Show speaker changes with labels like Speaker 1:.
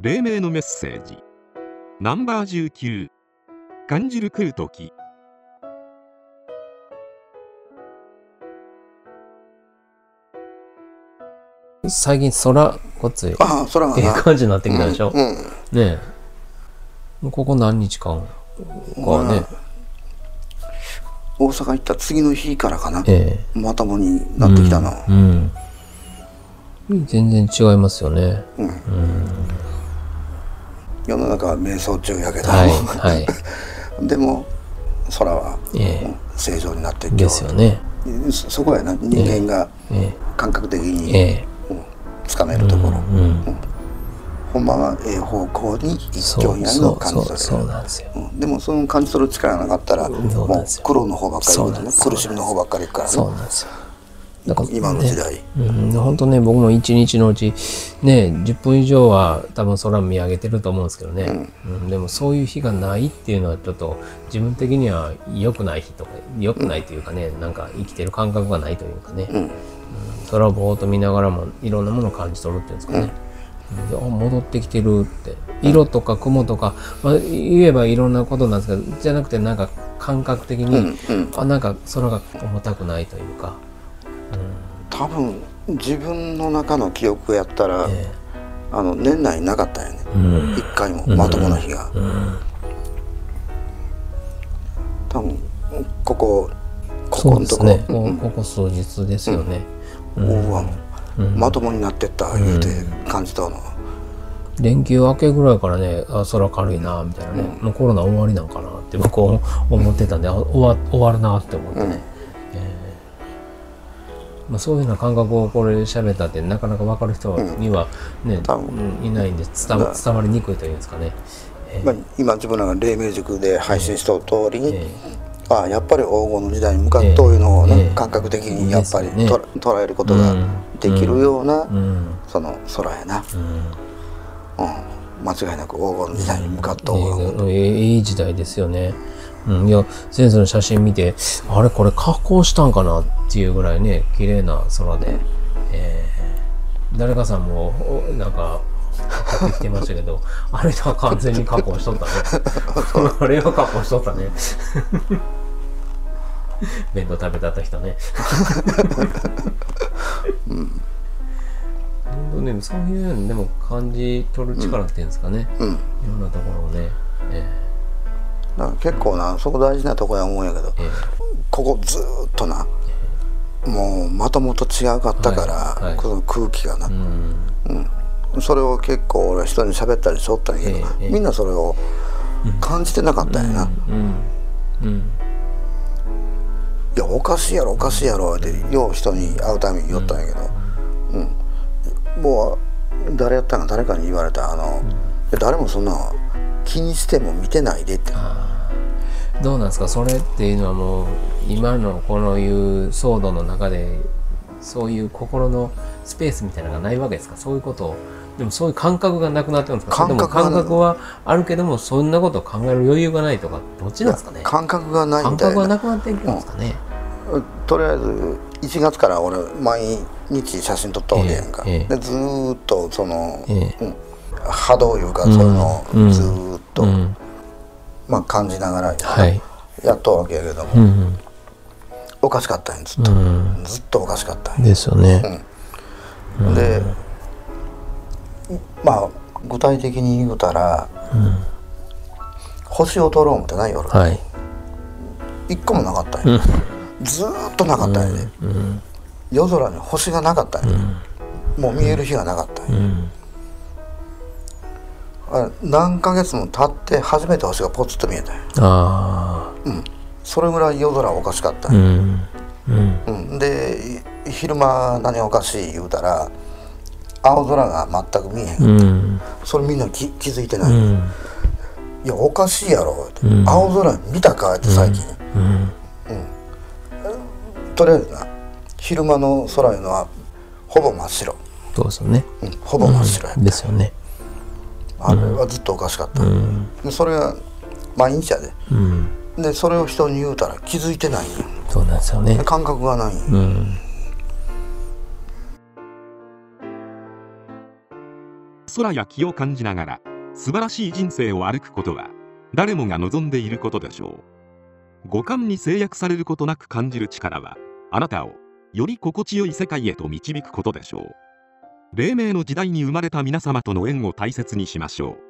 Speaker 1: 黎明のメッセージナンバー19感じる来る時
Speaker 2: 最近空ごっつい
Speaker 3: ああ、空が
Speaker 2: ええ
Speaker 3: な。
Speaker 2: 感じになってきたでしょ、
Speaker 3: うん。
Speaker 2: ねえここ何日間かね、
Speaker 3: 大阪行った次の日からかな。
Speaker 2: ええ
Speaker 3: またもになってきたな。
Speaker 2: うん、全然違いますよね
Speaker 3: 世の中は瞑想中やけど、
Speaker 2: はいはい
Speaker 3: でも空は
Speaker 2: え
Speaker 3: 正常になって
Speaker 2: え
Speaker 3: いく
Speaker 2: ですよね
Speaker 3: そそこやな、人間が
Speaker 2: え
Speaker 3: 感覚的
Speaker 2: え
Speaker 3: に
Speaker 2: え
Speaker 3: つかめるところ。
Speaker 2: えうん
Speaker 3: 本番はええ方向に一
Speaker 2: そ
Speaker 3: 挙
Speaker 2: う
Speaker 3: になる
Speaker 2: そ
Speaker 3: のを
Speaker 2: う
Speaker 3: 感
Speaker 2: そ
Speaker 3: じ
Speaker 2: う
Speaker 3: 取
Speaker 2: そ
Speaker 3: れ
Speaker 2: う
Speaker 3: る。
Speaker 2: なんですよ
Speaker 3: うんでもその感じ取る力がなかったら、
Speaker 2: そうなん
Speaker 3: も
Speaker 2: です
Speaker 3: う
Speaker 2: よ
Speaker 3: 苦労の方ばっかり行く
Speaker 2: そうなん
Speaker 3: ね
Speaker 2: です
Speaker 3: 苦しみの方ばっかり行くからね
Speaker 2: そうなんですよだから
Speaker 3: 今の時代。
Speaker 2: うん、本当ね、僕も一日のうち、ね、10分以上は多分空見上げてると思うんですけどね、うんでもそういう日がないっていうのはちょっと自分的には良くない日とか、良くないというかね、なんか生きてる感覚がないというかね、うん空をぼーっと見ながらもいろんなものを感じ取るっていうんですかね。であ戻ってきてるって色とか雲とか、まあ、言えばいろんなことなんですけどじゃなくてなんか感覚的に、あなんか空が重たくないというか、
Speaker 3: 多分自分の中の記憶やったら、
Speaker 2: え
Speaker 3: あの年内なかったよね
Speaker 2: えうん
Speaker 3: 一回もまともな日が、多分こここ
Speaker 2: そ
Speaker 3: こ
Speaker 2: う
Speaker 3: の
Speaker 2: で
Speaker 3: と
Speaker 2: す
Speaker 3: こ、
Speaker 2: ね。こここ数日ですよね。
Speaker 3: うわまともになってった言うて感じたの、
Speaker 2: 連休明けぐらいからね、あ空軽いなみたいなね、もうコロナ終わりなんかなって僕は思ってたんで、あ終わ終わるなって思ってね。えーまあそういうような感覚をこれで喋ったってなかなか分かる人にはね、
Speaker 3: 多分
Speaker 2: うんいないんで伝わ伝わりにくいというんですかね。
Speaker 3: まあ、今自分らが黎明塾で配信した通りに、
Speaker 2: え
Speaker 3: ああやっぱり黄金の時代に向かうというのをね、
Speaker 2: ええ
Speaker 3: 感覚的にやっぱり
Speaker 2: ですね
Speaker 3: とら捉えることができるような、
Speaker 2: うん。
Speaker 3: その空やな、うん間違いなく黄金の時代に向かうと、
Speaker 2: ええいい時代ですよね。うん、いや、先生の写真見て、あれこれ加工したんかなっていうぐらいね、綺麗な空で。えー誰かさんも、おなんか、買ってきてましたけど、 あれは完全に加工しとったね。 あれは加工しとったね。 弁当食べた人 ね。本当ね、そういうようにでも感じ取る力っていうんですかね。
Speaker 3: うん
Speaker 2: いろんなところをね、え
Speaker 3: だから結構なそこ大事なとこや思うんやけど
Speaker 2: え
Speaker 3: ここずーっとなもうまともと違かったから、
Speaker 2: はいはい
Speaker 3: この空気がな、
Speaker 2: えうん、
Speaker 3: それを結構俺は人に喋ったりしとったんやけど、
Speaker 2: ええ
Speaker 3: みんなそれを感じてなかったんやな、い
Speaker 2: うん、うん、
Speaker 3: やおかしいやろおかしいやろってよう人に会うために言ったんやけど、うんもう誰やったんか誰かに言われたあの、いや誰もそんな気にしても見てないでって
Speaker 2: どうなんですか、それっていうのはもう今のこのいう騒動の中でそういう心のスペースみたいなのがないわけですか、そういうことを。でもそういう感覚がなくなってるんですか。
Speaker 3: 感覚
Speaker 2: それ
Speaker 3: が
Speaker 2: とも感覚はあるけどもそんなことを考える余裕がないとかどっちなんですかね。
Speaker 3: 感覚がない
Speaker 2: 感
Speaker 3: みたい
Speaker 2: 覚
Speaker 3: な
Speaker 2: がなくなっていくんですかね。
Speaker 3: とりあえず1月から俺毎日写真撮ったわけやんか、
Speaker 2: ええええ
Speaker 3: でずーっとその、
Speaker 2: え
Speaker 3: うん波動いうかそういうの
Speaker 2: う
Speaker 3: を
Speaker 2: ん
Speaker 3: ずーっと、
Speaker 2: うん、
Speaker 3: まあ、感じながら
Speaker 2: はい、
Speaker 3: やっとわけやけども、
Speaker 2: うん、
Speaker 3: おかしかったんやずっ
Speaker 2: う
Speaker 3: と、
Speaker 2: ん、
Speaker 3: ずっとおかしかったんや
Speaker 2: ですよね。
Speaker 3: でまあ具体的に言うたら、星を撮ろう思ってない夜
Speaker 2: はい、
Speaker 3: 一個もなかったんや、ずーっとなかったんやで、夜空に星がなかったんや、もう見える日がなかったんや、
Speaker 2: うん、
Speaker 3: あ何ヶ月も経って初めて星がポツッと見えたんや
Speaker 2: あ
Speaker 3: それぐらい夜空おかしかったん
Speaker 2: あ、う
Speaker 3: や、
Speaker 2: ん、うん。
Speaker 3: うんでい昼間何おかしい言うたら青空が全く見えへん、
Speaker 2: うん
Speaker 3: それみんな気気づいてない、
Speaker 2: う
Speaker 3: い
Speaker 2: ん
Speaker 3: やおかしいやろって、青空見たかって最近、
Speaker 2: うん
Speaker 3: とりあえずな昼間の空いうのはほぼ真っ白、
Speaker 2: そうですよね
Speaker 3: うん、ほぼ真っ白や、
Speaker 2: ですよね
Speaker 3: あれはずっとおかしかった、でそれが毎日やで
Speaker 2: うん
Speaker 3: でそれを人に言うたら気づいてないんや
Speaker 2: そうなんですよね
Speaker 3: 感覚がないんや、
Speaker 2: うん
Speaker 1: 空や気を感じながら素晴らしい人生を歩くことは誰もが望んでいることでしょう五感に制約されることなく感じる力はあなたをより心地よい世界へと導くことでしょう黎明の時代に生まれた皆様との縁を大切にしましょう